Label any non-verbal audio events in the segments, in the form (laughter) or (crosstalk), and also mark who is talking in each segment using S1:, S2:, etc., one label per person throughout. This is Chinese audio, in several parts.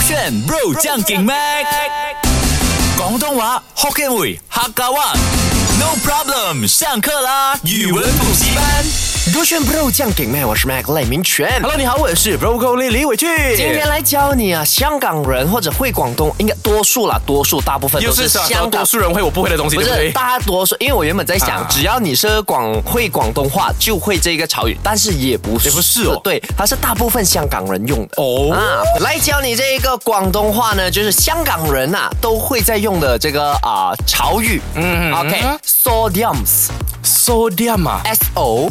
S1: 选 Bro 将劲 Mac，广东话 Hokkien 语客家话。No problem，上课啦！语文补习班。
S2: 勾选 Bro 酱顶妹，我是 Mac 赖明全。
S3: Hello，你好，我是 Broccoli 李伟俊。
S2: 今天来教你啊，香港人或者会广东，应该多数啦，多数大部分
S3: 又
S2: 都
S3: 是
S2: 是
S3: 想
S2: 香港
S3: 多。数人会我不会的东西，
S2: 不
S3: 对
S2: 是
S3: 对？
S2: 大多数，因为我原本在想，
S3: 啊
S2: 只要你是广会广东话，就会这个潮语，但是也不是，
S3: 也不是哦
S2: 对，它是大部分香港人用的。
S3: 哦
S2: 啊，来教你这一个广东话呢，就是香港人呐、都会在用的这个啊、潮语。嗯，OK，sodiums。
S3: ，sodium 啊，
S2: S O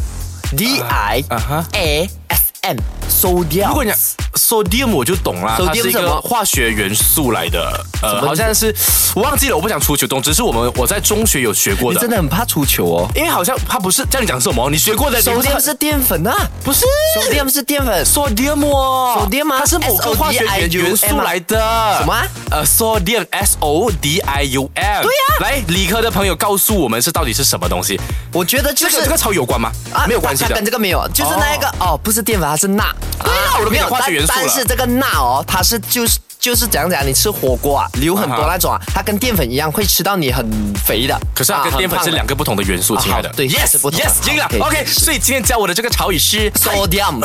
S2: D I
S3: 啊哈
S2: A S M sodium。
S3: 如果你讲 sodium 我就懂啦
S2: Sodium
S3: 它是一
S2: 什
S3: 个
S2: 么
S3: 化学元素来的，
S2: 什
S3: 呃，
S2: 么
S3: 好像是我忘记了，我不想出球，总之是我们我在中学有学过
S2: 你
S3: 的
S2: 真，的很怕出糗哦。
S3: 因为好像它不是叫你讲什么，你学过的，你不知道
S2: sodium 是淀粉啊
S3: 不是
S2: ，sodium 是淀粉，什
S3: sodium 哦
S2: sodium 啊
S3: 它是某个化学元
S2: SODIUM
S3: 元素来的，什
S2: 啊么啊？
S3: 呃，sodium S O D I U M，对
S2: 呀
S3: 来理科的朋友告诉我们是到底是什么东西，
S2: 我觉得就
S3: 这
S2: 是
S3: 个这个超有关吗？没有关系
S2: 它
S3: 的
S2: 它跟。这个没有，就是那一个哦，不是淀粉，它是钠。对
S3: 啊我都跟你
S2: 没有
S3: 讲化学
S2: 但
S3: 元素了
S2: 但是这个钠哦，它是就是就是讲讲，你吃火锅啊，流很多
S3: 啊哈
S2: 那种啊，它跟淀粉一样，会吃到你很肥的。
S3: 可是它
S2: 啊
S3: 跟淀粉是两。个不同的元素，
S2: 啊
S3: 亲爱的。
S2: 好对它
S3: ，yes
S2: 是不同的
S3: yes，赢了
S2: 好哎可以
S3: ，OK。所以今天教我的这个潮语是
S2: sodium，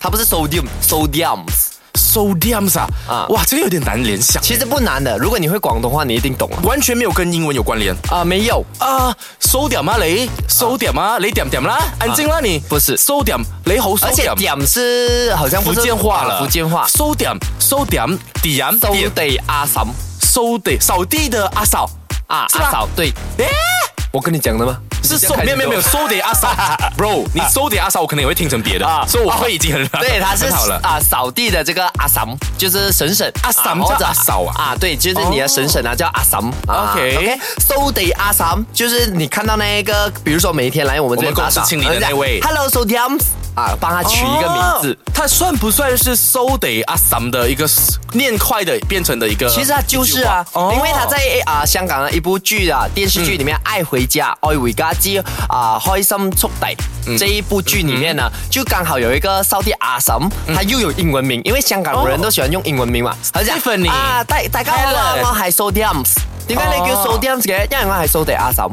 S2: 它不是 sodium，sodium。
S3: sodium
S2: 啊
S3: 啊，哇，这个有点难联想，
S2: 其实不难的，如果你会广东话，你一定懂啊了。
S3: 完全没有跟英文有关联
S2: 啊，没有，
S3: 啊。sodium 啊，你 sodium 啊，你点点啦，安静啦你。
S2: 啊不是
S3: sodium，你好
S2: 而且
S3: sodium，
S2: 点是好像不
S3: 福
S2: 是
S3: 建话了，
S2: 啊福建话。
S3: sodium sodium 点
S2: 都
S3: 点
S2: 得阿嫂
S3: sodium 扫地的阿嫂
S2: 啊，
S3: 是吧
S2: 阿嫂对，
S3: 诶
S2: 我跟你讲的吗？
S3: 是
S2: 你
S3: so
S2: 这样开
S3: 没
S2: 始
S3: 有没有没有 sodium 阿
S2: (laughs)
S3: 嫂，bro，你 sodium 阿嫂我可能也会听成别的
S2: 啊，
S3: 所以我会已经 (laughs) 很
S2: 对，他是
S3: 很好了。
S2: 啊，扫地的这个阿嫂就是婶啊婶，
S3: 阿婶
S2: 或者
S3: 叫阿嫂啊
S2: 啊，对，就是你的婶婶啊，叫阿嫂。啊
S3: OK
S2: OK，收得阿嫂，就是你看到那个，比如说每一天来我们这边
S3: 我们公司
S2: 打扫
S3: 清理的那位
S2: ，Hello，收听啊，帮他取一个名字
S3: 哦。，它算不算是 so d 阿 sam 的一个念快的变成的一个？
S2: 其实他就是啊
S3: 一句话，哦
S2: 因为他在啊、香港的一部剧啊电视剧里面《爱回家》《爱回家之啊、开心速递》这一部剧里面呢，啊就刚好有一个扫地阿婶，她又有英文名，因为香港人都喜欢用英文名嘛，而且
S3: Stephanie
S2: 啊，大大家好啊
S3: Alan
S2: 我係掃地阿嬸點解你叫掃地阿嬸嘅？因為我係掃地阿嬸。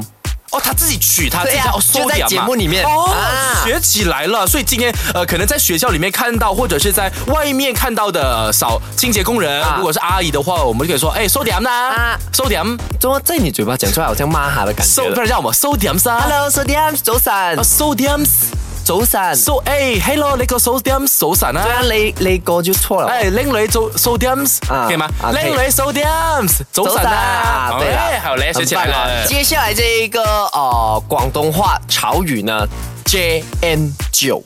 S3: 哦，他自己取他自
S2: 对
S3: 己哦
S2: 啊
S3: 叫 so
S2: 就
S3: d
S2: 在节目里面
S3: 哦
S2: 啊，
S3: 学起来了。所以今天呃，可能在学校里面看到，或者是在外面看到的呃扫清洁工人
S2: 啊，
S3: 如果是阿姨的话，我们就可以说，哎，so d 啦
S2: 啊
S3: ，so d
S2: 怎麼在你嘴巴講出來好像罵她的感
S3: so
S2: 覺
S3: 不
S2: 了
S3: 然叫我们 so d 啦
S2: Hello，掃地阿嬸早晨，
S3: ，so d
S2: 早晨。
S3: so 哎，hello，你个 so d 手散啊
S2: 對。啊，你你個就錯了。
S3: 哎，靓女早扫点，
S2: 啊
S3: 可以吗？
S2: 啊
S3: 靓
S2: 可
S3: 女扫点，
S2: 啊
S3: 早晨啊！
S2: 对
S3: 哎
S2: 了，
S3: 好嘞，学起来
S2: 很棒啊
S3: 了。
S2: 接下来这一个呃广东话潮语呢，J M 九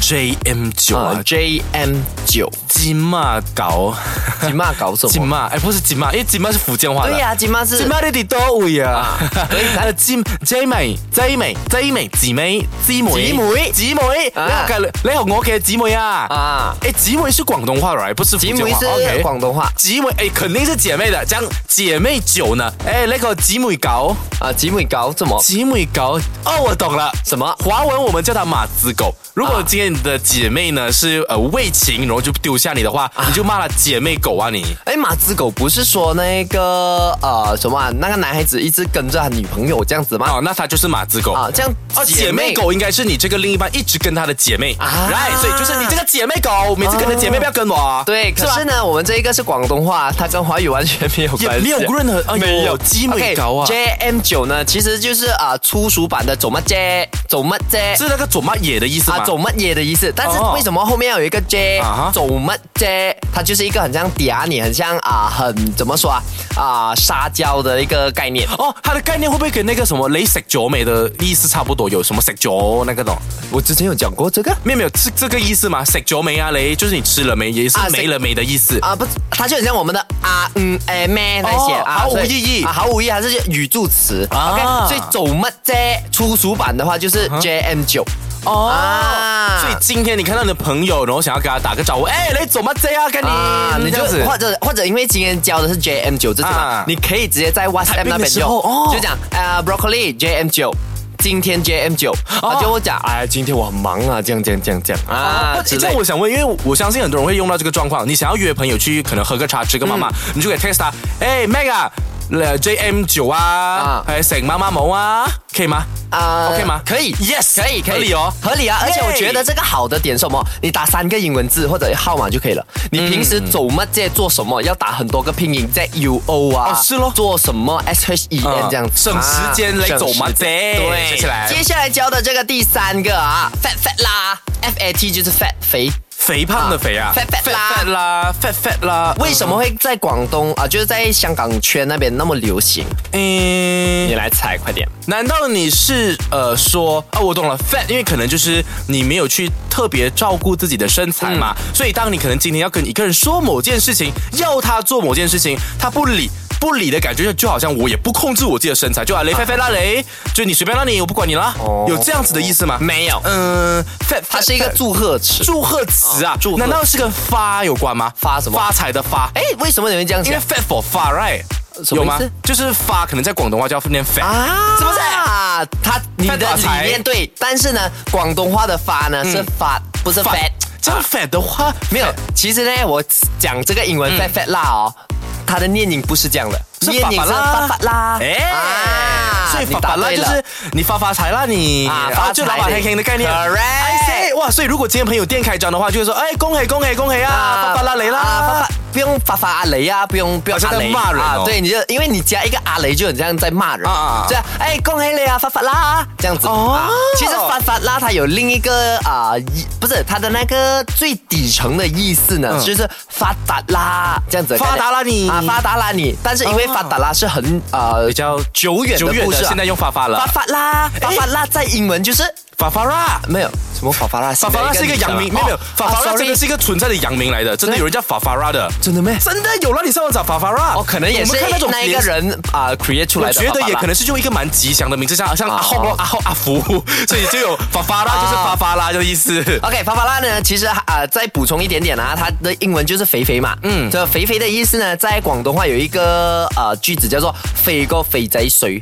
S3: J M 九
S2: 啊
S3: 啊，
S2: ，J M (laughs) 九，
S3: 金马搞，
S2: 金妈搞什
S3: 金
S2: 么？
S3: 马哎，不是金马，因为金马是福建话的。
S2: 对呀，金妈
S3: 金
S2: 是
S3: 马你哋多位啊
S2: 啊所以？咱
S3: (laughs) 呃金 J 妹 J 妹 J 妹姊妹姊妹
S2: 姊妹
S3: 姊妹，
S2: 啊
S3: 你好你好我嘅姊妹啊！
S2: 啊，
S3: 哎，姊妹是广东话来，不是福
S2: 吉
S3: 建话。
S2: 姆啊是
S3: OK
S2: 广东话
S3: 姊妹哎，肯定是姐妹的。讲姐妹酒呢？哎，那个姊妹搞。
S2: 啊，吉姆搞什么？
S3: 姊妹狗哦，我懂了，
S2: 什么
S3: 华文我们叫它马子狗。如果
S2: 啊
S3: 今天你的姐妹呢是呃为情，然后就丢下你的话，
S2: 啊
S3: 你就骂她姐妹狗啊你。
S2: (laughs) 哎，马子狗不是说那个呃什么啊、那个男孩子一直跟着他女朋友这样子吗？
S3: 哦，那她就是马子狗
S2: 啊，这样
S3: 哦，姐妹狗应该是你这个另一半一直跟她的姐妹，
S2: 啊
S3: 来、所以就是你这个姐妹狗，每次跟着姐妹不要跟我啊，
S2: 对，可
S3: 吧
S2: 是呢，我们这一个是广东话，它跟华语完全没有
S3: 也
S2: 关系，
S3: 没有任何哎呦
S2: 没有
S3: 姊妹狗啊
S2: J M 九呢，其实就是啊、粗俗版的走乜啫，走乜啫。
S3: 是那个走马野的意思吗？
S2: 啊，走乜嘢的意思？但是
S3: 哦
S2: 为什么后面要有一个 J？、
S3: 啊哈
S2: 走乜啫？它就是一个很像嗲你，很像啊、很怎么说啊啊、撒娇的一个概念。
S3: 哦，它的概念会不会跟那个什么雷食脚美的意思差不多？有什么食脚那个懂？
S2: 我之前有讲过这个
S3: 没有没有，是这个意思吗？食咗没啊？雷就是你吃了没，也是
S2: 啊食
S3: 没了没的意思。
S2: 啊，不，它就很像我们的啊嗯哎咩那些、
S3: 哦
S2: 啊，
S3: 毫无
S2: 所以
S3: 意义
S2: 啊，毫无意义，它是语助词。
S3: 啊
S2: OK，所以走乜啫？粗俗版的话就是 J M 九。
S3: 哦，
S2: 啊
S3: 所以今天你看到你的朋友，然后想要跟他打个招呼，哎，你怎么这样跟你？
S2: 啊，你
S3: 这
S2: 就
S3: 样子
S2: 或者或者因为今天教的是 JM 九这些嘛
S3: 啊，
S2: 你可以直接在 WhatsApp
S3: 病的
S2: 那边
S3: 时
S2: 用
S3: 候哦，
S2: 就讲呃 broccoli JM 九。今天 JM 九，
S3: 哦
S2: 他就会讲，哎，今天我很忙啊，这样这样这样这样啊
S3: 啊，
S2: 之
S3: 这样
S2: 类
S3: 我。想问，因为我相信很多人会用到这个状况，你想要约朋友去可能喝个茶、吃个妈妈，
S2: 嗯
S3: 你就可以 text 他，哎，Meg 啊。呃，JM 九啊
S2: 啊，
S3: 还有沈妈妈毛啊，可以吗？
S2: 啊
S3: OK 吗
S2: 可以
S3: ，Yes，
S2: 可以，可以，
S3: 合理哦
S2: 合理啊！而且我觉得这个好的点是什么，你打三个英文字或者号码就可以了。你平时走乜在做什么，要打很多个拼音，在 U O 啊，
S3: 哦是咯
S2: 做什么 S H E
S3: 嗯
S2: N 这样子，啊
S3: 省时间来
S2: 省
S3: 走嘛
S2: 时
S3: 这
S2: 间对，
S3: 接下来
S2: 接下来教的这个第三个啊，fat fat 啦，F A T 就是 fat 肥。
S3: 肥胖的肥啊
S2: 啊，fat fat 啦
S3: fat 啦，fat fat 啦。
S2: 为什么会在广东啊，就是在香港圈那边那么流行？
S3: 嗯，
S2: 来猜，快点！
S3: 难道你是呃说啊，我懂了，fat，因为可能就是你没有去特别照顾自己的身材嘛，
S2: 嗯
S3: 所以当你可能今天要跟一个人说某件事情，要他做某件事情，他不理。不理的感觉就就好像我也不控制我自己的身材，就啊雷飞飞啦雷，就你随便啦你，我不管你啦，
S2: 哦
S3: 有这样子的意思吗？
S2: 没有
S3: 嗯，fat，
S2: 它是一个
S3: fat，
S2: 祝贺词。
S3: 祝贺词啊
S2: 啊，祝贺
S3: 难道是跟发有关吗？
S2: 发什么
S3: 发财的发，
S2: 哎，为什么你会这样
S3: 因为
S2: 讲
S3: fat for far right
S2: 什么意思
S3: 有吗？就是发可能在广东话叫念 fat，、
S2: 啊？
S3: 是不是
S2: 啊？它你的
S3: 发财
S2: 理念对，但是呢，广东话的发呢是发，不是 fat。啊
S3: 这样 fat 的话
S2: 没有，其实呢，我讲这个英文 fat fat 辣哦，它的念音不是这样的，
S3: 是
S2: 念音
S3: 法
S2: 是
S3: 法拉
S2: 发发啦。
S3: 哎
S2: 啊，
S3: 所以
S2: 你
S3: 发
S2: 答
S3: 发啦
S2: 对
S3: 就
S2: 了
S3: 是你发发财啦你
S2: 啊
S3: 然
S2: 发
S3: 后
S2: 财
S3: 就老板黑黑的概念。
S2: Correct
S3: I say，哇，所以如果今天朋友店开张的话，就会说哎恭喜恭喜恭喜啊，发发啦雷
S2: 啊发
S3: 啦
S2: 发。不用发发阿雷啊，不用不用
S3: 好像
S2: 阿
S3: 在
S2: 雷
S3: 骂人哦
S2: 啊，对，你就因为你加一个阿雷，就很像在骂人
S3: 啊啊啊
S2: 这样哎，恭喜你啊，发发啦，这样子。
S3: 哦
S2: 啊其实发发啦，它有另一个啊，一不是它的那个最底层的意思呢，
S3: 嗯
S2: 就是发达啦，这样子的概念。
S3: 发达啦你
S2: 啊，发达啦你，但是因为
S3: 哦
S2: 发达啦是很呃
S3: 比较
S2: 久远的
S3: 久远
S2: 故
S3: 的，
S2: 事啊，
S3: 现在用发发了
S2: 发。发啦，发发啦，在英文就是
S3: 发发啦，
S2: 没有什么发发啦，
S3: 法法拉是一个洋名，没有没
S2: 哦
S3: 有，法法拉真的
S2: 个
S3: 是一个存在的洋名来的，真的有人叫法法拉的，
S2: 真的咩？
S3: 真的有了，你上网找法法拉，
S2: 哦，可能也是
S3: 我们看那种
S2: 那一个
S3: 连
S2: 人啊、create 出来
S3: 我
S2: 的爸
S3: 觉
S2: 爸啦。
S3: 得也可能是用一个蛮吉祥的名字，像像
S2: 啊
S3: 阿浩咯阿浩阿福，所以就有发发啦，
S2: 哦
S3: 就是发发啦的意思。
S2: OK，法法拉呢，其实啊、再补充一点点啊，它的英文就是肥肥嘛。嗯，这肥肥的意思呢，在广东话有一个呃句子叫做“肥过肥仔水”，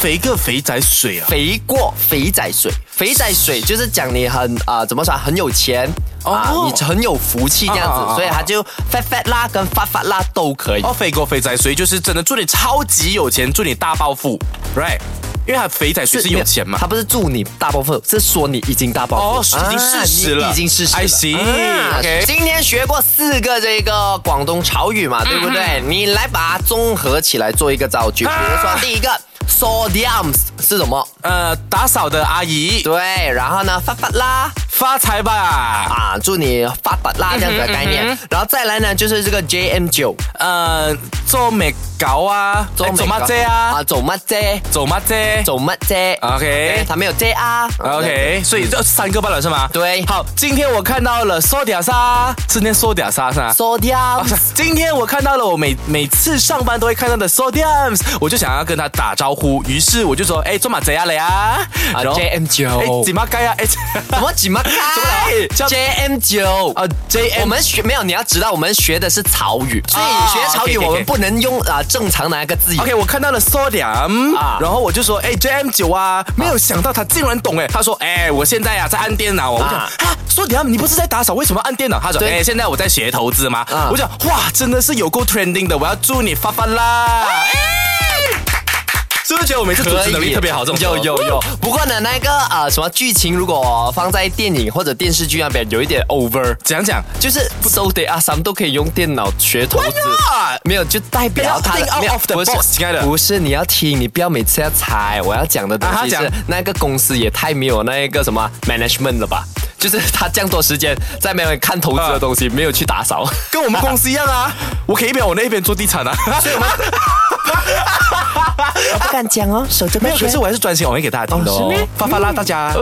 S3: 肥哦个肥仔水啊！
S2: 肥过肥仔水，肥仔水就是讲你很啊、怎么说啊，很有钱。啊，
S3: 哦
S2: 你很有福气这
S3: 啊
S2: 样
S3: 啊啊啊
S2: 子，所以它就 fat fat 啦跟发发啦都可以。
S3: 哦，肥狗肥仔水就是真的祝你超级有钱，祝你大暴富，right？因为他肥仔水是有钱嘛
S2: 他。不是祝你大暴富，是说你已经大暴
S3: 哦，
S2: 富，
S3: 已经事实了，
S2: 啊你已经事实了。嗯
S3: I see，OK。
S2: 今天学过四个这个广东潮语
S3: 嗯
S2: 嘛，对不对？你来把它综合起来做一个造句，比如说
S3: 啊
S2: 第一个 s o d i a m s 是什么？
S3: 呃，打扫的阿姨
S2: 对，然后呢，发发啦
S3: 发财吧。
S2: 啊，祝你发达啦这样子的概
S3: 嗯
S2: 念，然后再来呢，就是这个 JM 九，
S3: 呃，做美搞啊，哎做
S2: 乜
S3: 乜
S2: 啫
S3: 姐啊，
S2: 啊，走乜啫，
S3: 做乜姐。
S2: 走乜啫
S3: OK
S2: 他没有啫啊 (laughs)
S3: OK，所以这三个半了是吗？
S2: 对
S3: 好，今天我看到了说点啥，是念说点啥是吗？
S2: s o d i a
S3: (laughs)
S2: m
S3: 不
S2: s
S3: 啊是今天我看到了我每每次上班都会看到的 Sodiums，我就想要跟他打招呼，于是我就说，哎，做马贼呀嘞啊，
S2: 啊，JM 九，
S3: 哎，怎么该呀，哎， (laughs)
S2: 什么几么开
S3: 什么来
S2: ？JM 九
S3: 啊
S2: 我
S3: JM，
S2: 们学没有，你要知道我们学的是潮语，所
S3: 啊
S2: 以学潮语
S3: OK，OK，OK
S2: 我们不能用啊正常的那个字眼。
S3: OK，我看到了 Sodium，、
S2: 啊
S3: 然后我就说，哎，JM 九啊，没有想到他竟然懂哎，他说，哎，我现在呀、在按电脑啊，我讲
S2: 啊
S3: 啊，Sodium，你不是在打扫，为什么按电脑？他说，
S2: 对
S3: 哎，现在我在学投资吗？
S2: 啊
S3: 我讲，哇，真的是有够 trending 的，我要祝你发发啦。哎
S2: 哎
S3: 是不是觉得我每次主持能力特别好？这种时候
S2: 有有
S3: (laughs)
S2: 有，不过呢，那个呃什么剧情，如果呃放在电影或者电视剧那边，有一点 over，
S3: 讲讲
S2: 就是 so they are some 都可以用电脑学投资
S3: Why not？，
S2: 没有就代表他
S3: They are think out
S2: 没有
S3: of the
S2: 不是
S3: box，亲爱的
S2: 不是你要听，你不要每次要猜。我要讲的东
S3: 啊他
S2: 西
S3: 讲
S2: 是那个公司也太没有那个什么 management 了吧？就是他这样多时间在没有看投资的东西，没有去打扫。
S3: 跟我们公司一样啊，我可以一边我那一边做地产啊。
S2: 我不敢讲哦，守着
S3: 哦没有，可是我还是专心，我会给大家听的哦。发发啦，大家。